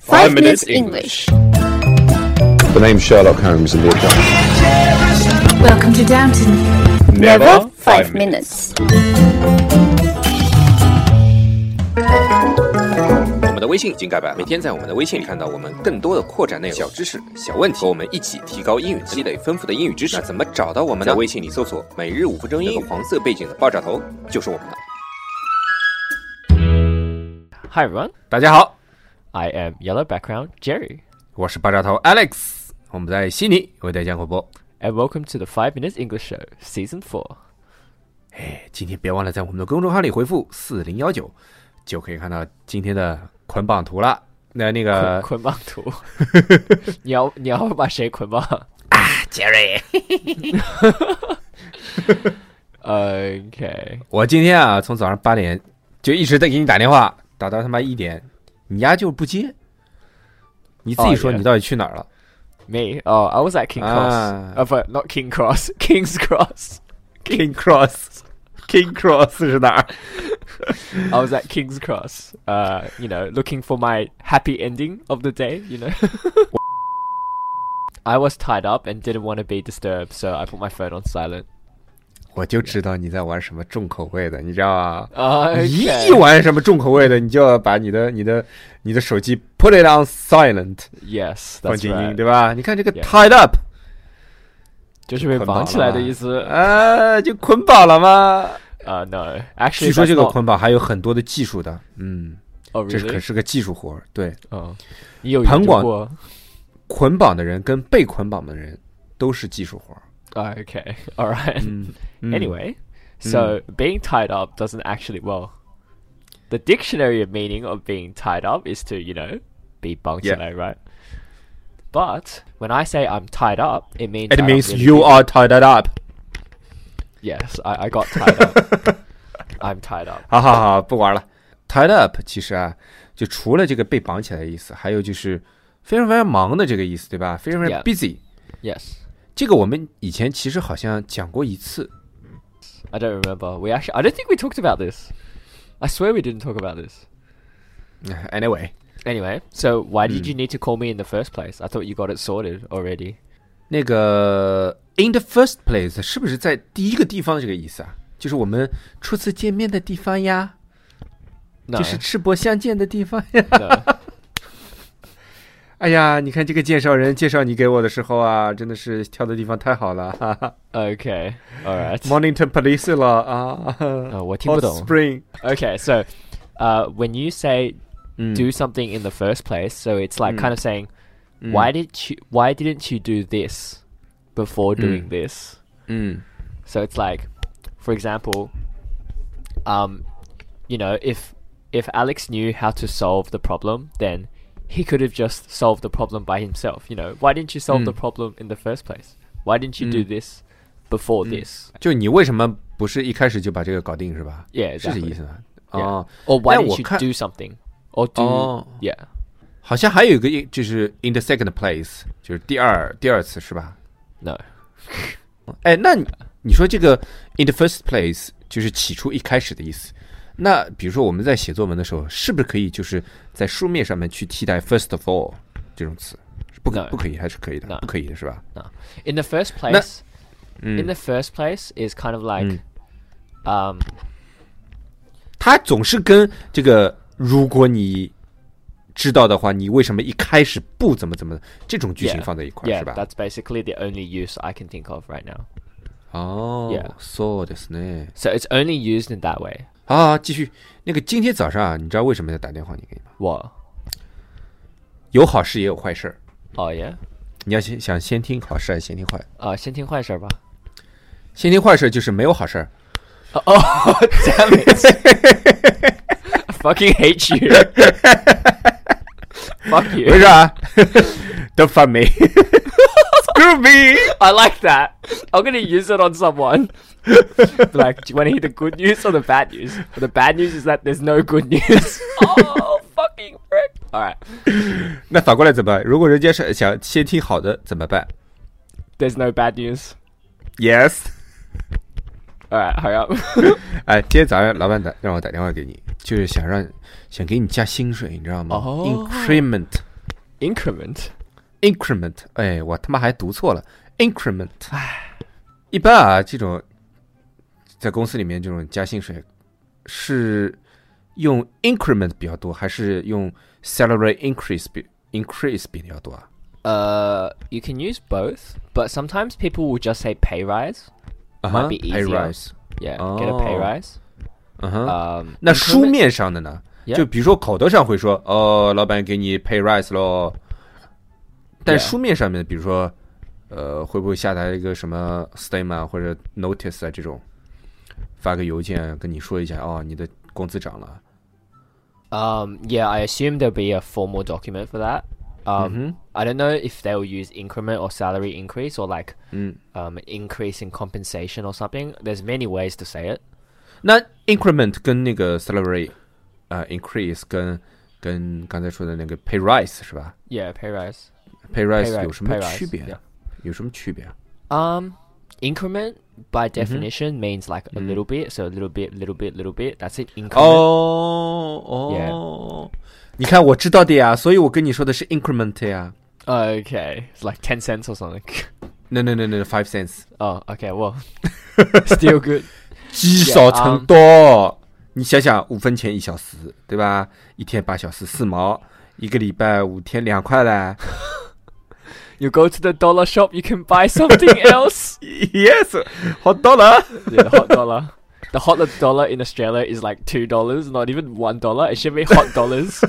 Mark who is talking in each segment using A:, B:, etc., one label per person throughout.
A: Five Minutes English.
B: The name's Sherlock Holmes in the account.
C: Welcome to Downton.
A: Never Five Minutes.
D: 我们的微信已经改版了，每天在我们的微信里看到我们更多的扩展内容、小知识、小问题，和我们一起提高英语，积累丰富的英语知识。那怎么找到我们呢？在微信里搜索“每日五分钟英语”，黄色背景的爆炸头就是我们的。
E: Hi everyone,
D: 大家好，
E: I am Yellow Background Jerry,
D: 我是爆炸头 Alex，我们在悉尼为大家广播。
E: and welcome to the Five Minutes English Show, Season Four.
D: 哎，今天别忘了在我们的公众号里回复四零幺九，就可以看到今天的捆绑图了。那那
E: 捆
A: Uh.
D: 个
E: 捆绑图， 你要你要把谁捆绑？
D: Jerry，
E: OK，
D: 我今天啊，从早上八点就一直在给你打电话，打到他妈一点，你丫就不接。你自己说
E: 哦也
D: 你到底去哪儿了
E: me. Oh, I was at King Cross.
D: Ah.
E: Oh, but not King Cross, King's Cross.
D: ？King Cross，King Cross 是哪儿？
E: I was at King's Cross. Uh, you know, looking for my happy ending of the day. You know. I was tied up and didn't want to be disturbed, so I put my phone on silent.
D: 我就知道你在玩什么重口味的，你知道吗？一
E: Okay.
D: 一玩什么重口味的，你就要把你的、你的、你的手机 put it on silent，
E: Yes,
D: 放
E: that's
D: 静音，
E: right.
D: 对吧？你看这个
E: Yeah
D: tied up，
E: 就是被绑起来的意思。
D: 啊，就捆绑了吗？
E: 呃、n o Uh, actually，
D: 据说这个捆绑还有很多的技术的，嗯，
E: 哦，
D: 这可是个技术活儿，对。
E: 哦，你有
D: 盘
E: 研究
D: 管
E: 过
D: 捆绑的人跟被捆绑的人都是技术活儿。
E: 啊？OK，all Oh, right.
D: 嗯
E: Anyway,
D: Mm.
E: so being tied up doesn't actually well. The dictionary meaning of being tied up is to you know be bound
D: Yeah.
E: together, right? But when I say I'm tied up, it means I
D: it
E: don't
D: means
E: really
D: you
E: do-
D: are tied up。
E: Yes, I, I got tied up. I'm tied up.
D: 好好好，不玩了。tied up 其实啊，就除了这个被绑起来的意思，还有就是非常非常忙的这个意思，对吧？非常非常
E: Yeah.
D: busy。
E: Yes,
D: 这个我们以前其实好像讲过一次，
E: I don't remember. We actually, I don't think we talked about this. I swear we didn't talk about this.
D: 哎 Anyway，
E: Anyway, so why
D: Hmm.
E: did you need to call me in the first place? I thought you got it sorted already.
D: 那个 in the first place 是不是在第一个地方这个意思啊？就是我们初次见面的地方呀，
E: No,
D: 就是赤膊相见的地方呀。
E: no.
D: 哎呀，你看这个介绍人介绍你给我的时候啊，真的是挑的地方太好了， 哈哈。
E: Okay, all right.
D: Mornington Peninsula 啊，
E: 呃我听不
D: Hot
E: 懂
D: Spring，
E: Okay, so uh, when you say
D: 嗯
E: do something in the first place, so it's like
D: Mm.
E: kind of saying why did you why didn't you do this before doing
D: Mm.
E: this?
D: 嗯
E: So it's like, for example, um, you know, if if Alex knew how to solve the problem, then he could have just solved the problem by himself. You know, why didn't you solve the
D: Mm.
E: problem in the first place? Why didn't you do this
D: Mm.
E: before this?
D: 就你为什么不是一开始就把这个搞定是吧？
E: Yeah,
D: 是这
E: exactly.
D: 意思吗？
E: Yeah.
D: 哦，
E: Or why
D: 但
E: didn't
D: 我
E: you
D: 看
E: do something? Or do
D: Oh.
E: yeah?
D: 好像还有一个就是 in the second place，就是第二第二次是吧？
E: No.
D: 哎，那你你说这个 in the first place 就是起初一开始的意思。那比如说我们在写作文的时候，是不是可以就是在书面上面去替代 first of all 这种词？是不可
E: No.
D: 不可以还是可以的
E: No.
D: 不可以的是吧？
E: No. In the first place, in
D: 嗯
E: the，first place is kind of like, um,
D: 它总是跟这个如果你知道的话，你为什么一开始不怎么怎么的这种句型
E: Yeah.
D: 放在一块儿
E: yeah,
D: 是吧？
E: that's basically the only use I can think of right now.
D: 哦
E: Yeah.，
D: そうですね。
E: So it's only used in that way.
D: 好好，好继续。那个今天早上啊，你知道为什么要打电话你给你吗？
E: What?
D: 有好事也有坏事儿，
E: Oh yeah.
D: 你要先想先听好事还是先听坏？
E: Uh, 先听坏事儿吧。
D: 先听坏事就是没有好事儿。
E: Damn it! I fucking hate you. Fuck
D: 没
E: you.
D: 事啊 ，Don't fuck me，Screw me。
E: I like that. I'm gonna use it on someone. like, do you want to hear the good news or the bad news? The bad news is that there's no good news. oh, fucking frick! All right,
D: 那反过来怎么办？如果人家是想先听好的怎么办
E: there's no bad news.
D: ？Yes。
E: All right, hurry up.
D: 哎，今天早上老板打让我打电话给你，就是想让想给你加薪水，你知道吗、
E: 哦
D: i n c r e m e n t
E: increment
D: increment，哎，我他妈还读错了 increment。哎，一般啊，这种在公司里面这种加薪水是用 increment 比较多，还是用 salary increase 比 increase 比较多啊？
E: Uh, you can use both, but sometimes people will just say pay rise.
D: 啊
E: Might
D: 哈
E: be easier.
D: pay rise，
E: Yeah, get a pay
D: Oh.
E: rise.
D: 嗯哼。
E: Um,
D: 那
E: increment-
D: 书面上的呢？
E: Yeah.
D: 就比如说口头上会说，哦，老板给你 pay rise 喽。但
E: Yeah.
D: 书面上面，比如说，呃，会不会下达一个什么 statement 啊或者 notice 啊这种，发个邮件跟你说一下，哦，你的工资涨了。
E: Um, yeah, I assume there'll be a formal document for that. Um, I don't know if they'll use increment or salary increase or like um, increase in compensation or something. There's many ways to say it.
D: 那 increment 跟那个 salary 啊、increase 跟跟刚才说的那个 pay rise 是吧
E: Yeah, pay rise. Pay
D: ？pay rise
E: rise.
D: 有什么
E: pay
D: 区
E: rise.
D: 别
E: Yeah.
D: 啊？有什么区别啊？
E: Um, increment by definition means like a little bit, so a little bit, little bit, little bit. That's it. Increment.
D: 哦哦，你看我知道的呀，所以我跟你说的是 increment 呀。
E: Oh, okay. It's like ten cents or something.
D: No no no no no, five cents，
E: oh, okay. Well, still good.
D: 积少成多。你想想，五分钱一小时，对吧？一天八小时四毛，一个礼拜五天两块嘞。
E: You go to the dollar shop, you can buy something else.
D: yes，好到了。
E: yeah, the hot dollar. The hot dollar in Australia is like two dollars, not even one dollar. It should be hot dollars,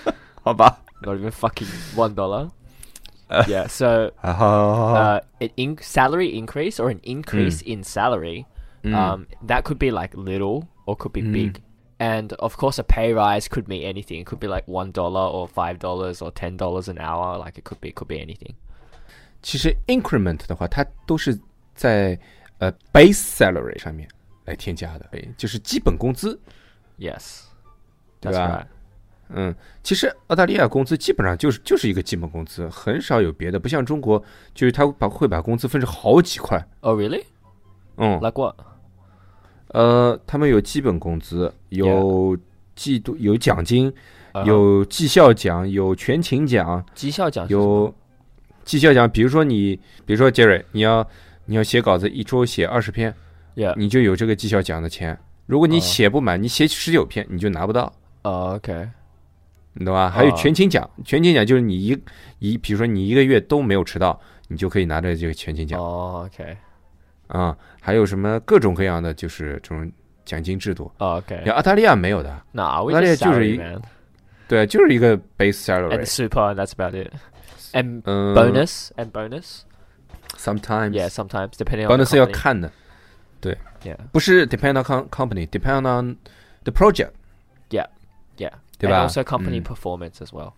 D: 好吧。
E: not even fucking one dollar. yeah. So
D: 好好好好。
E: uh, an in- salary increase or an increase in salary,
D: Mm. 嗯
E: um, that could be like little or could be big. And of course, a pay rise could mean anything. It could be like one dollar or five dollars or ten dollars an hour. Like it could be, it could be anything.
D: 其实 increment 的话，它都是在呃 base salary 上面来添加的，哎就是基本工资。
E: Yes,
D: Yeah.
E: that's right.
D: 嗯，其实澳大利亚工资基本上就是就是一个基本工资，很少有别的，不像中国，就是他把会把工资分成好几块。
E: Oh, really?
D: 嗯，
E: Like what?
D: 呃，他们有基本工资，有季度有奖金，
E: Uh-huh.
D: 有绩效奖，有全勤奖，
E: 啊绩效奖是
D: 有绩效奖。比如说你，比如说杰瑞，你要你要写稿子，一周写二十篇，
E: 什么？Yeah.
D: 你就有这个绩效奖的钱。如果你
E: 哦
D: 写不满，你写十九篇，你就拿不到。
E: Oh, okay.
D: 你懂吧？还有
E: 啊
D: 全勤奖，全勤奖就是你一一，比如说你一个月都没有迟到，你就可以拿着这个全勤奖啊、
E: Oh, okay.
D: 还有什么各种各样的就是这种奖金制度，
E: Oh, okay.
D: 你澳大利亚没有的，
E: Nah, we
D: That
E: just
D: is
E: salary,
D: usually-
E: man.
D: 对，就是一个 base
E: And the
D: salary，
E: super, and that's about it. And
D: 嗯
E: bonus, and bonus.
D: ，sometimes
E: Yeah, sometimes depending on the
D: bonus 要
E: company.
D: 看的，对，
E: Yeah,
D: 不是 depend on com- company，depend on the project，
E: yeah, yeah.
D: 对
E: And
D: 吧？
E: also company
D: 嗯
E: performance as well.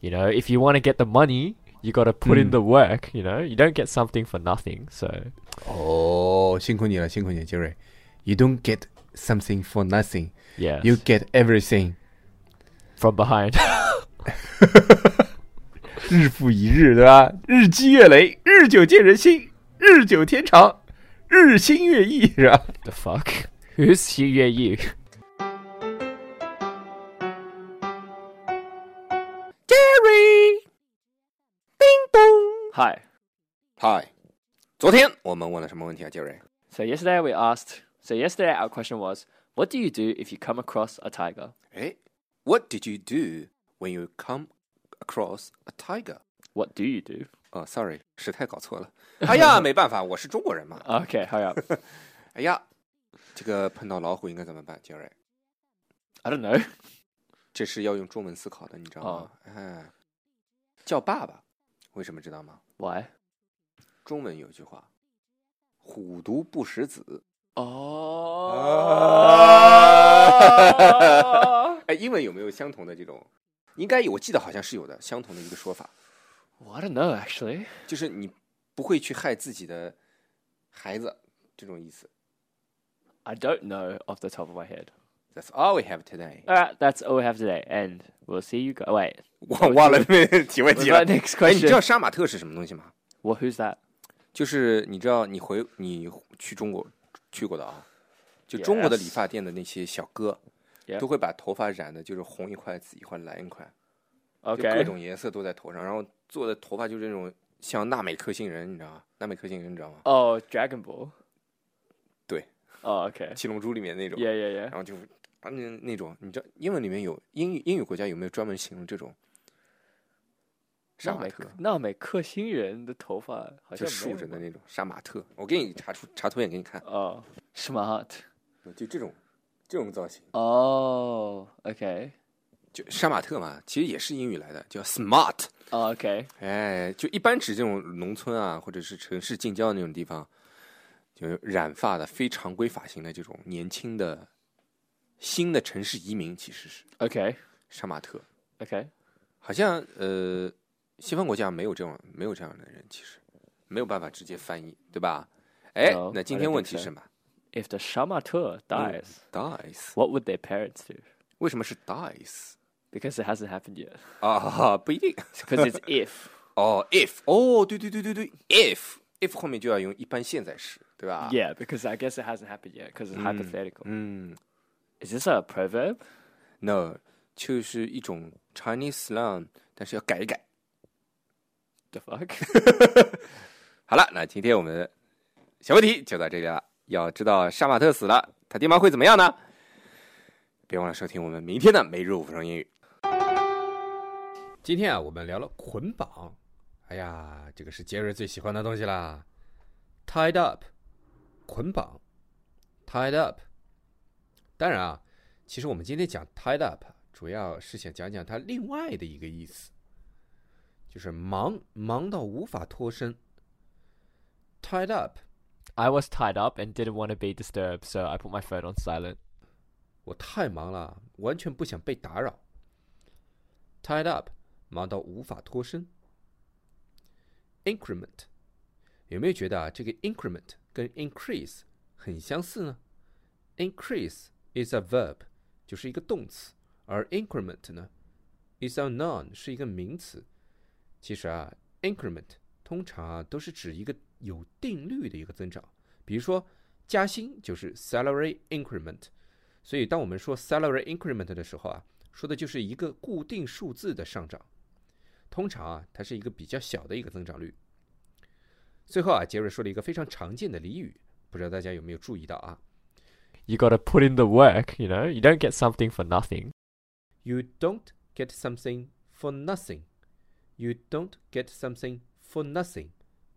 E: You know, if you want to get the money, you got to put in the work. You know, you don't get something for nothing. So
D: 哦，辛苦你了，辛苦你了，杰瑞，You don't get something for nothing，you
E: yeah,
D: get everything。
E: from behind.
D: 日复一日，对吧？日积月累，日久见人心，日久天长，日新月异，是吧？
E: the fuck? Who's Xu Yue Yu?
D: 咚。
E: Hi.
D: 嗨，昨天我们问了什么问题啊，杰瑞？
E: So yesterday we asked. So yesterday our question was, what do you do if you come across a tiger?
D: 哎，What did you do when you come across a tiger？
E: What do you do?
D: 哦、s o r r y 时态搞错了。哎 呀，没办法，我是中国人嘛。
E: Okay, hurry up.
D: 哎呀，这个碰到老虎应该怎么办，杰瑞？
E: I don't know.
D: 这是要用中文思考的，你知道吗
E: 哦？
D: 哎，叫爸爸，为什么知道吗？
E: Why?
D: 中文有句话，“虎毒不食子”。
E: Oh.
D: 哎，英文有没有相同的这种？应该有，我记得好像是有的，相同的一个说法，
E: well, I don't know actually.
D: 就是你不会去害自己的孩子，这种意思。
E: I don't know off the top of my head.
D: That's all we have today。
E: All right, that's all we have today, and we'll see you. Go- wait,
D: 我忘了提问
E: what
D: 题了
E: about。next
D: 哎，你知
E: question?
D: 道杀马特是什么东西吗？
E: well, who's that?
D: 就是你知道你回你去中国去过的啊，就中国的
E: Yes
D: 理发店的那些小哥
E: Yeah
D: 都会把头发染的，就是红一块紫一块蓝一块。就各
F: OK，
D: 种颜色都在头上，然后做的头发就是那种像纳美克星人，你知道吗？纳美克星人你知道吗？
F: 哦、d r a g o n Oh, Ball，
D: 对，
F: 哦，OK，
D: 七龙珠里面那种
F: yeah yeah
D: 然
F: yeah，
D: 后就啊那那种，你知道英文里面有英语英语国家有没有专门形容这种杀
F: 纳
D: 马
F: 美
D: 特
F: 克？纳美克星人的头发好
D: 就
F: 像没
D: 竖
F: 有
D: 着的
F: 吧
D: 那种杀马特，我给你查出查图片给你看，
F: 哦，smart，
D: 就这种这种造型，
F: 哦，OK，
D: 就杀马特嘛，其实也是英语来的，叫 smart，
F: 哦，OK，
D: 哎，就一般指这种农村啊，或者是城市近郊那种地方，就是染发的非常规发型的这种年轻的新的城市移民，其实是
F: OK，
D: 杀马特，
F: OK，
D: 好像呃，西方国家没有这种没有这样的人，其实没有办法直接翻译，对吧？哎
F: No，
D: 那今
F: I
D: 天
F: don't
D: 问
F: think
D: 题
F: so
D: 是什么
F: If the Shamateur dies,
D: ？Dice，
F: what would their parents do?
D: 为什么是 Dice？
F: Because it hasn't happened yet.
D: 啊，不一定。
F: Because it's if.
D: 哦，if，哦，对对对对对，if，if 后面就要用一般现在时，对吧
F: Yeah, because I guess it hasn't happened yet because it's hypothetical.
D: 嗯
F: Is this a proverb?
D: ，no，就是一种 Chinese slang，但是要改一改。
F: The fuck?
D: 好了，那今天我们的小问题就到这里了。要知道杀马特死了，他爹妈会怎么样呢？别忘了收听我们明天的每日五分钟英语。今天啊，我们聊了捆绑，哎呀，这个是杰瑞最喜欢的东西啦。Tied up，捆绑，tied up。当然啊，其实我们今天讲 tied up，主要是想讲讲它另外的一个意思，就是忙忙到无法脱身。tied up，
E: I was tied up and didn't want to be disturbed, so I put my phone on silent.
D: 我太忙了，完全不想被打扰。tied up，忙到无法脱身。increment，有没有觉得啊，这个 increment 跟 increase 很相似呢？increase is a verb，就是一个动词，而 increment 呢，is a noun，是一个名词。其实啊，increment 通常啊都是指一个有定律的一个增长，比如说加薪就是 salary increment。所以，当我们说 salary increment 的时候啊，说的就是一个固定数字的上涨，通常啊，它是一个比较小的一个增长率。最后啊，杰瑞说了一个非常常见的俚语，不知道大家有没有注意到啊
E: You gotta put in the work, you know? You don't get something for nothing.
D: ？You don't get something for nothing. You don't get something for nothing.